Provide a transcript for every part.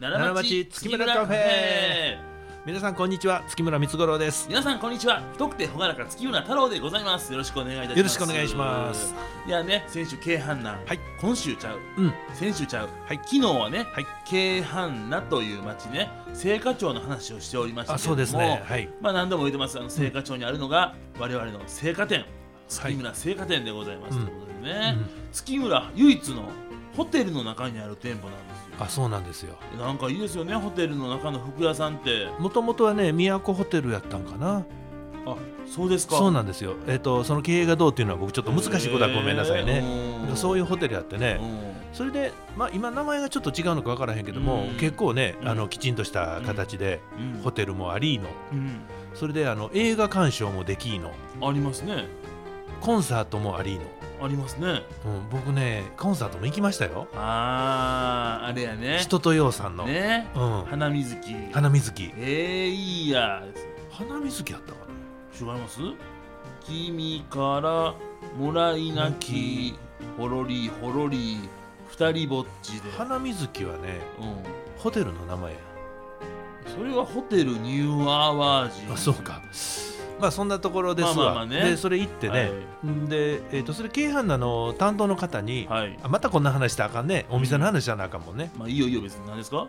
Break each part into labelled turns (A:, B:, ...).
A: 奈良町月村カフェ
B: 皆さんこんにちは月村光五郎です
A: 皆さんこんにちは太くて朗らか月村太郎でございますよろしくお願いいたします
B: よろしくお願いします
A: いやね先週京阪南、
B: はい
A: 今週ちゃう
B: うん
A: 先週ちゃう、
B: はい
A: 昨日はね、
B: はい
A: 京阪南という町ね青果町の話をしておりました
B: あ
A: けれども
B: そうですねはい
A: まあ何度も言ってますあの青果町にあるのが、我々の青果店月村青果店でございます、
B: うん
A: ということでね、月村唯一のホテルの中にある店舗なんですよ
B: あそうなんですよ
A: なんかいいですよねホテルの中の服屋さんって
B: もともとはね都ホテルやったんかな
A: あそうですか
B: そう
A: な
B: なんですよえっ、とその経営がどうっていうのは僕ちょっと難しいことはごめんなさいね、そういうホテルやってね、それで、まあ、今名前がちょっと違うのか分からへんけども、
A: うん
B: 結構ね、
A: うん
B: あのきちんとした形で、
A: うん
B: ホテルもありの
A: うん
B: それであの映画鑑賞もできの
A: ありますね
B: コンサートもあり
A: ありますね
B: の、うん、僕ねコンサートも行きましたよ
A: あーあれやね
B: 人とようさんの、
A: ね
B: うん、
A: 花水木
B: 花水木
A: えー、いいや
B: 花水木やったか
A: 違います君からもらい泣きほろりほろり二人ぼっちで
B: な、花水木はね
A: うん、
B: ホテルの名前や
A: それはホテルニューアワージ
B: あそうかまあそんなところですわ、
A: まあまあまあね
B: でそれ行ってね、んで、えー、とそれ京阪なの担当の方に、
A: はい
B: あまたこんな話したらあかんねお店の話じゃなあかんもんね
A: まあいいよいいよ別に何ですか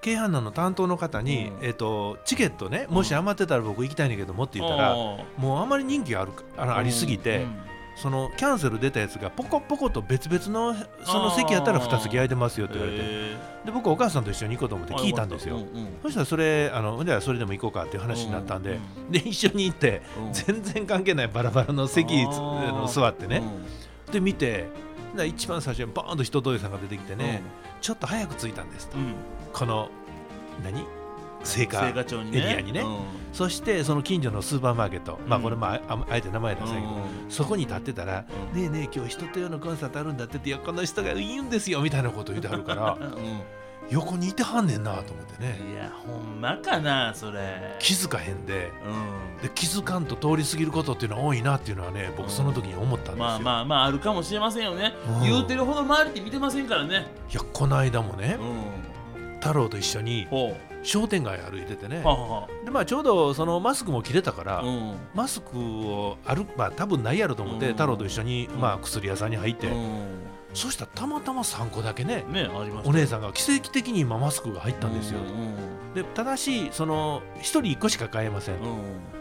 B: 京阪なの担当の方に、
A: うん
B: えー、とチケットねもし余ってたら僕行きたいんだけどもって言ったら、
A: あー
B: もうあまり人気があるあのありすぎて、
A: うん
B: そのキャンセル出たやつがポコポコと別々のその席やったら2席空いてますよって言われて
A: へ
B: で僕お母さんと一緒に行こうと思っ
A: ー
B: て聞いたんです
A: う
B: よ
A: んうん
B: そしたらそれあのじゃあそれでも行こうかっていう話になったんで、で一緒に行って
A: うんうん
B: 全然関係ないバラバラの席つ
A: あー
B: あの座ってね、
A: うん
B: で見てで一番最初にバーンと人通りさんが出てきてね、ちょっと早く着いたんですと、
A: うんうん
B: この何青
A: 青
B: 果
A: 果町に
B: エリアにね
A: うん
B: そしてその近所のスーパーマーケット、まあ
A: うん
B: これもあああえて名前出せないけど、
A: うん
B: そこに立ってたら「
A: うん
B: ねえねえ今日人とよのコンサートあるんだって」って「いやこの人がいいんですよ」みたいなこと言ってはるから
A: う
B: 横にいてはんねんなと思ってね
A: んいやほんまかなそれ
B: 気づかへんで。
A: うん
B: で気づかんと通り過ぎることっていうのは多いなっていうのはね僕その時に思ったんですよ、
A: まあまあまああるかもしれませんよね
B: うん
A: 言うてるほど周りって見てませんからね
B: いやこの間もね
A: うん
B: 太郎と一緒に
A: ほ
B: 商店街歩いててね
A: うはあは
B: で、まあ、ちょうどそのマスクも切れたから、
A: あうん
B: マスクを歩くまあ多分ないやろと思って、
A: うん
B: 太郎と一緒に、
A: うん
B: まあ、薬屋さんに入って、
A: うん
B: そしたらたまたま3個だけね
A: ねありました
B: お姉さんが奇跡的に今マスクが入ったんですよ、
A: うん
B: でただしその1人1個しか買えません、
A: うん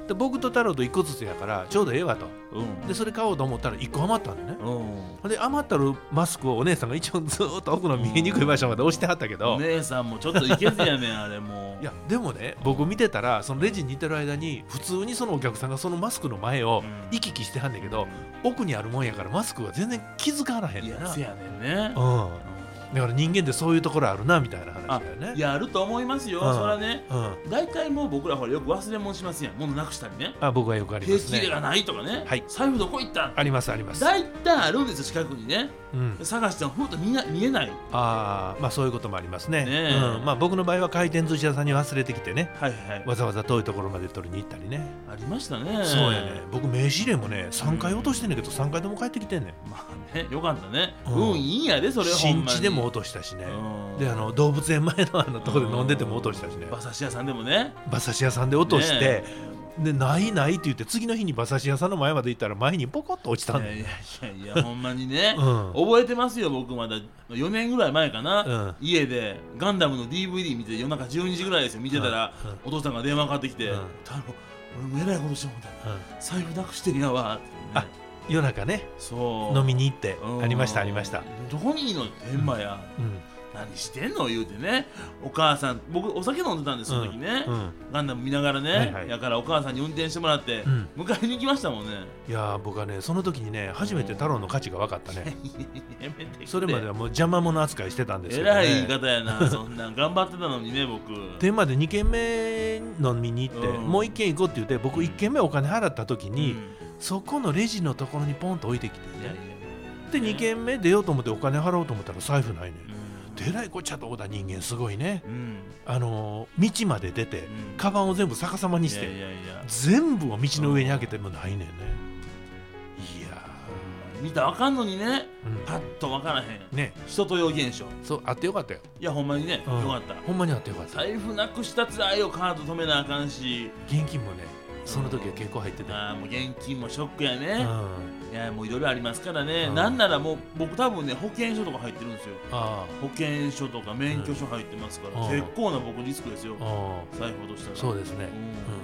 B: で僕と太郎と1個ずつやからちょうどええわと
A: うん
B: でそれ買おうと思ったら1個余ったんでね
A: うん
B: で余ったるマスクをお姉さんが一応ずーっと奥の見えにくい場所まで押してはったけど、
A: お姉さんもちょっといけずやねんあれもう
B: いやでもね僕見てたらそのレジにいてる間に普通にそのお客さんがそのマスクの前を
A: うん
B: 行き来してはんねんけど、奥にあるもんやからマスクは全然気づかはらへん
A: い
B: ねん
A: や
B: な、うん、
A: せ
B: だ
A: やねんね
B: から人間ってそういうところあるなみたいな話だよね
A: いやあると思いますよ
B: うん
A: そらね
B: うん、
A: 大体もう僕らほらよく忘れ物しますやん物なくしたりね
B: あ僕はよくありま
A: 平
B: す
A: 気入れが
B: ね
A: ないとかね
B: はい
A: 財布どこ行った
B: ありますあります、
A: 大体あるんですよ近くにね
B: うん、
A: 探してもふっと見な見えない
B: あーまあそういうこともありますね
A: ねえ
B: うんまあ、僕の場合は回転寿司屋さんに忘れてきてね
A: はいはい
B: わざわざ遠いところまで取りに行ったりね、
A: ありましたね
B: そうやね僕名刺入れもね3回落としてんねんけど3回とも帰ってきてんねん
A: まあねよかったね
B: うん
A: 運いいんやでそれほん
B: 新
A: まに
B: 地でも落としたしね、
A: うん
B: であの動物園前のあのとこで飲んでても落としたしね、
A: 馬刺し屋さんでもね
B: 馬刺し屋さんで落として、でないないって言って次の日に馬刺し屋さんの前まで行ったら前にポコッと落ち
A: い
B: たん
A: や
B: だよ、
A: いやいやいやほんまにね
B: うん
A: 覚えてますよ僕まだ4年ぐらい前か
B: うん
A: な家でガンダムの DVD 見て夜中12時ぐらいですよ見てたら
B: うんうん
A: お父さんが電話かかってきて
B: うん
A: 「太郎俺もえらいことしてもうた
B: うん
A: 財布なくしてんやわ」ってね
B: あ夜中ね
A: そう
B: 飲みに行って
A: うん
B: ありましたありました、
A: どこにいいの天満や
B: うん
A: 何してんの言うてねお母さん僕お酒飲んでたんですその時ね、
B: うん、
A: ガンダム見ながらね、
B: はいはい
A: やからお母さんに運転してもらって、
B: うん
A: 迎えに行きましたもん ね
B: いやー僕はねその時にね初めて太郎の価値が分かった ね
A: やめてくれ
B: それまではもう邪魔者扱いしてたんで
A: え
B: すけど、
A: ら
B: ね、
A: い言い方やなそんなん頑張ってたのにね僕
B: でまで2軒目飲みに行って、
A: うん
B: もう1軒行こうって言って僕1軒目お金払った時に、
A: うん
B: そこのレジのところにポンと置いてきて
A: いやいや
B: ねで2軒目出ようと思ってお金払おうと思ったら財布ないね
A: うん
B: でえらいこっちゃと思った人間すごいね
A: うん
B: あのー道まで出て
A: うん
B: カバンを全部逆さまにし
A: いやい
B: て
A: やいや
B: 全部を道の上に開けてもないねんねいや
A: ほんまに見たらあかんのにね、
B: うん
A: パッと分からへん
B: ね
A: 人とよ現象
B: そうあってよかったよ、
A: いやほんまにね、
B: うん
A: よかった
B: ほんまにあってよかった
A: 財布なくしたつらいよカード止めなあかんし
B: 現金もねその時は結構入ってて、
A: あーもう現金もショックや
B: う
A: ね
B: ん、あ
A: いやもういろいろありますからね、
B: うん
A: なんならもう僕多分ね保険証とか入ってるんですよ
B: あ
A: 保険証とか免許証入ってますから、
B: うん
A: 結構な僕リスクですよ、
B: あ
A: 財布としたら
B: そう
A: で
B: ですね、
A: ん
B: うん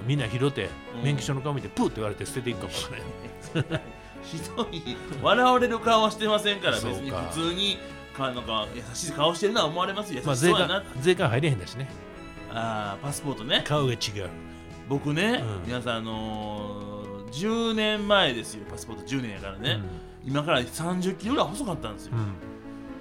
B: みんな拾って
A: うん
B: 免許証の顔見てプーって言われて捨てていくかもし れない、
A: ひどい笑われる顔はしてませんから別
B: そうか
A: に普通にかなんか優しい顔してるのは思われますよ優
B: まあ、
A: し
B: 税
A: そうやな、
B: 関税関入れへんだしね
A: あーパスポートね
B: 顔が違う
A: 僕ね、
B: うん
A: 皆さんあのー10年前ですよパスポート10年やからね、今から3 0キロぐらい細かったんですよ
B: うん、う、ん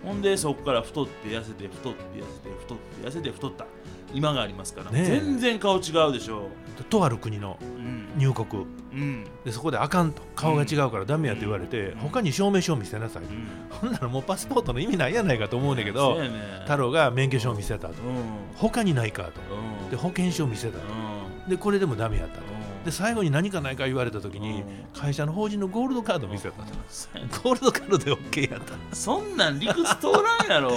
A: ほんでそこから太って痩せて太って痩せて太って痩せて太った今がありますから、
B: ねえ
A: 全然顔違うでしょ
B: でとある国の
A: ううん
B: 入国
A: うん
B: でそこであかんと顔が違うからダメやって言われて、
A: うん
B: 他に証明書を見せなさい、ほんならもうパスポートの意味ないやないかと思うんだけ
A: そう
B: ど
A: やね
B: 太郎が免許証を見せたと
A: うんうん
B: 他にないかと
A: うん
B: で保険証を見せたと
A: う
B: でこれでもダメやったと
A: ん
B: で最後に何かないか言われた時に
A: うん
B: 会社の法人のゴールドカードを見せたと
A: そうやね
B: ゴールドカードで OK やった
A: そんなん理屈通らんやろ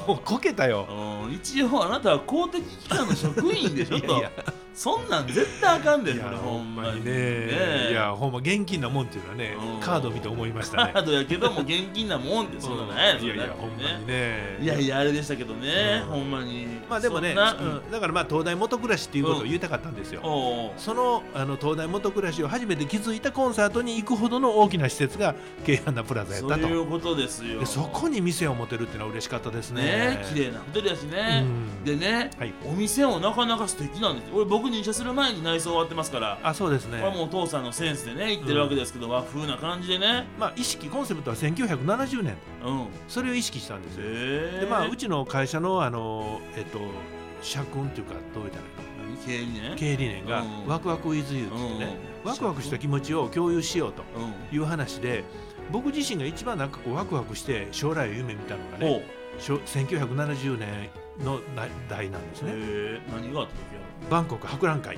B: もうこけたよ
A: うん一応あなたは公的機関の職員でしょ
B: いや
A: と
B: いや
A: そんなん絶対あかんで
B: い
A: それ
B: や
A: ほんまに
B: ね
A: え
B: いやほんま現金なもんっていうのはね
A: うん
B: カードを見て思いまし
A: カ
B: たね
A: ードやけども現金なもんって そんなのない
B: うんいやいや
A: だって
B: ほんまに
A: いや
B: ね
A: いやあれでしたけどね、
B: うん
A: ほんまに
B: まあでも
A: そ
B: ね
A: んなうん
B: うんだからまあ東大元暮らしっていうことを言いたかったんですよ
A: おうおう
B: そのあの東大元暮らしを初めて気づいたコンサートに行くほどの大きな施設が京阪なプラザやっ
A: そ
B: た
A: う
B: と
A: い
B: で
A: うことですよ
B: そこに店を持てるっていうのは嬉しかったですね
A: ね綺麗なホテルやしね
B: う、ん
A: でね、
B: はい
A: お店もなかなか素敵なんですよ俺僕入社する前に内装終わってますから
B: あそうですね
A: これはもうお父さんのセンスでね行ってるわけですけど、和風な感じでね
B: まあ意識コンセプトは1970年
A: うん
B: それを意識したんですよ
A: へえ
B: でまあうちの会社のあのえっと社訓っていうかどう言ったらいい
A: 何経理ね
B: の経営理念が
A: うん
B: ワクワクウィズユーって言ってね
A: うん
B: ワクワクした気持ちを共有しようと
A: うん
B: いう話で僕自身が一番なんかこうワクワクして将来を夢見たのがね
A: おう
B: しょ1970年のな代なんですね、
A: へえ何があった時や
B: バンコク博覧会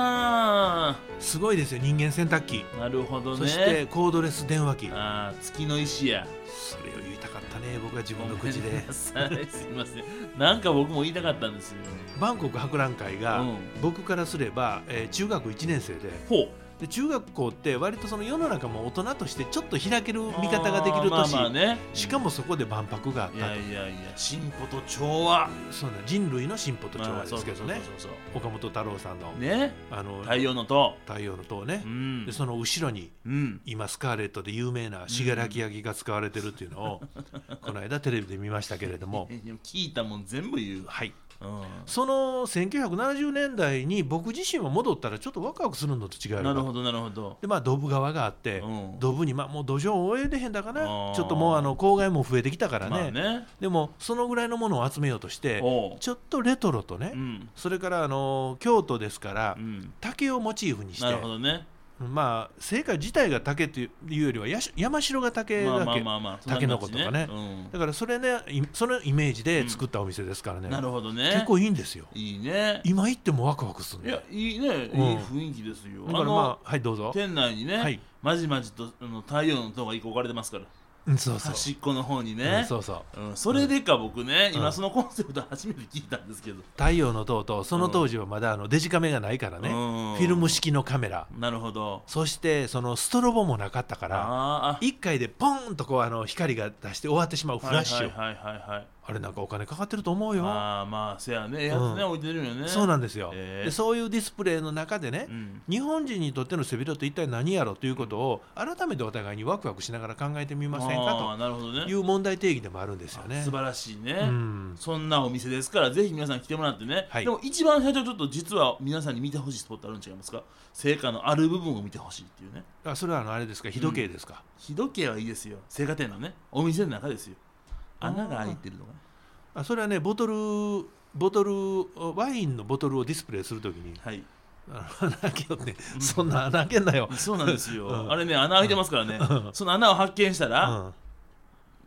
A: あ
B: すごいですよ人間洗濯機、
A: あなるほどね
B: そしてコードレス電話機
A: ああ月の石や
B: それを言いたかったね僕は自分の口
A: ごめ
B: で
A: んなさいすいませんなんか僕も言いたかったんですよ
B: バンコク博覧会が、
A: うん
B: 僕からすれば、えー中学1年生で
A: ほう
B: で中学校って割とその世の中も大人としてちょっと開ける見方ができ
A: あー
B: る年、
A: まあまあね
B: しかもそこで万博があっ
A: い
B: た
A: や
B: と
A: いやいや進歩と調和
B: そうなん人類の進歩と調
A: ま
B: 和
A: あ
B: で
A: そう
B: す
A: そ
B: け
A: う
B: ど
A: そう
B: ね
A: そう
B: 岡本太郎さんの
A: ね
B: あの
A: 太陽の塔
B: 太陽の塔ね
A: う、ん
B: でその後ろに
A: うん
B: 今スカーレットで有名な信楽焼が使われてるっていうの を、この間テレビで見ましたけれども
A: えでも聞いたもん全部言う
B: はい
A: う
B: その1970年代に僕自身は戻ったらちょっとワクワクするのと違うん
A: なるほどなるほど
B: でまあドブ川があって、
A: うん
B: ドブにまあもう土壌を泳いでへんだか
A: あ
B: な
A: ー
B: ちょっともうあの公害も増えてきたからね,、
A: まあね
B: でもそのぐらいのものを集めようとして
A: おう
B: ちょっとレトロとね、
A: うん
B: それからあの京都ですから、
A: うん
B: 竹をモチーフにして
A: なるほどね
B: まあ生花自体が竹というよりはやし山城が竹だ
A: ま
B: け、
A: あまあまあまあそんな
B: 竹のことか
A: 感
B: ね
A: じうん
B: だからそれねいそのイメージで作ったお店ですからね、
A: なるほどね
B: 結構いいんですよ
A: いいね
B: 今行ってもワクワクするん
A: い
B: だよ
A: やいいねいい
B: うん
A: 雰囲気ですよ
B: だからまあはいどうぞ
A: あの、店内に
B: はい
A: ねまじまじとあの太陽の塔が一個置かれてますから
B: うん、そうそう、
A: 端っこの方に
B: うん
A: ね
B: そうそう
A: うんそれでか僕ね
B: う
A: 今
B: ん
A: そのコンセプト 初めて聞いたんですけど
B: 太陽の塔とその当時はまだあのデジカメがないからね、
A: うん
B: フィルム式のカメラ
A: なるほど
B: そしてそのストロボもなかったから
A: あー
B: 1回でポーンとこうあの光が出して終わってしまう
A: あ
B: フラッシュ、
A: はいはいはいはいはい
B: あれなんかお金かかってると思うよ、
A: ああまあせやねええやつね
B: うん
A: 置いてるよね
B: そうなんんですよ、
A: えー
B: でそういうディスプレイの中でね、
A: うん
B: 日本人にとっての背広と一体何やろということを改めてお互いにワクワクしながら考えてみません
A: あ
B: か
A: あなるほど
B: と
A: ね
B: いう問題定義でもあるんですよね
A: 素。晴らしいうね
B: ん、
A: そんなお店ですからぜひ皆さん来てもらってね
B: はい
A: でも一番社長ちょっと実は皆さんに見てほしいスポットあるん違いますか成果のある部分を見てほしいっていうね
B: あそれはあのあれですか日時計ですか、
A: 日時計はいいですよ青果店のねお店の中ですよ穴が開いてるのがね
B: あそれはねボトルボトルワインのボトルをディスプレイするときに
A: はい
B: あの穴 開けようって、そんな穴開けんなよ、
A: そうなんですよ、
B: うん
A: あれね穴開いてますからね、その穴を発見した
B: う
A: ら、
B: ん、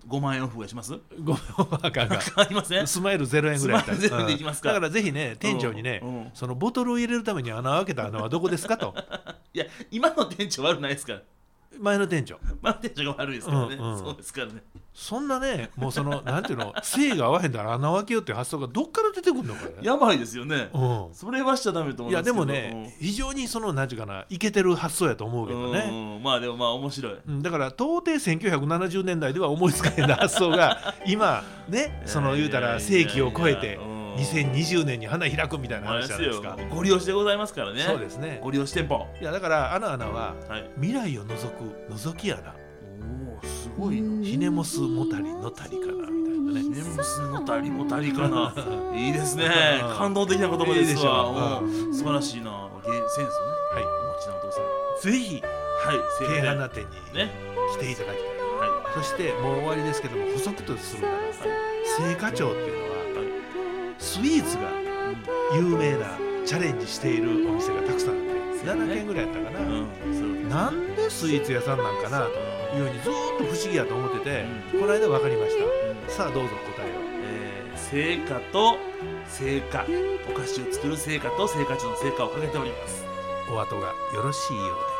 A: 5万円オフがします
B: ごめんあかんあかん
A: ありません
B: スマイル0円ぐらいやったら
A: スマイルゼロ円でいきますか
B: うんだからぜひね店長にね、
A: うんうん
B: その ボトルを入れるために穴を開けた穴はどこですかと
A: いや今の店長悪ないですから
B: 前の店長
A: マウンテンションが悪いですからね、
B: うんうん
A: そうですからね
B: そんなねもうそのなんていうの性が合わへんだら穴を開けようっていう発想がどっから出てくるのこれ
A: やばいですよね、
B: う
A: それはしちゃダメと
B: ん、
A: 思
B: い
A: います
B: やで
A: けど
B: もね、非常にそのなんていうかないけてる発想やと思う
A: う
B: け
A: ん
B: どね、
A: うんまあでもまあ面白い
B: うんだから到底1970年代では思いつかへん発想 が今ねその言うたら世紀を超えて
A: 年
B: 2020年に花開くみたいな
A: あれ
B: 話じ
A: で
B: ゃ
A: す
B: ないです
A: よ
B: か。
A: ご利用しでございますからね
B: そうですね。
A: ご利用し店舗
B: いやだからアナアナは
A: はい
B: 未来を覗く覗き 穴
A: おおすごいな
B: ひねもすもたりのたりかなみたいなね。
A: ねむすのたりもたりかないいですね感動的な言葉
B: い
A: で
B: いですしょう
A: わ
B: う
A: うん素晴らしいなゲーセンスをね
B: はい
A: お持ちのお父さん
B: ぜひ
A: はい
B: 京
A: 正解
B: 花店に
A: ね
B: 来ていただきたい。
A: は
B: そしてもう終わりですけども補足とするなら青果町っていうのはスイーツが
A: いうん
B: 有名なチャレンジしているお店がたくさんあって7軒ぐらいやったかな、
A: うんそういうこ
B: なんでスイーツ屋さんなんかなというようにずーっと不思議やと思ってて、
A: うん
B: この間分かりまし
A: とうん
B: たさあどうぞ答えを
A: えー成果と成果お菓子を作る成果と成果地の成果をかけております
B: お後がよろしいようで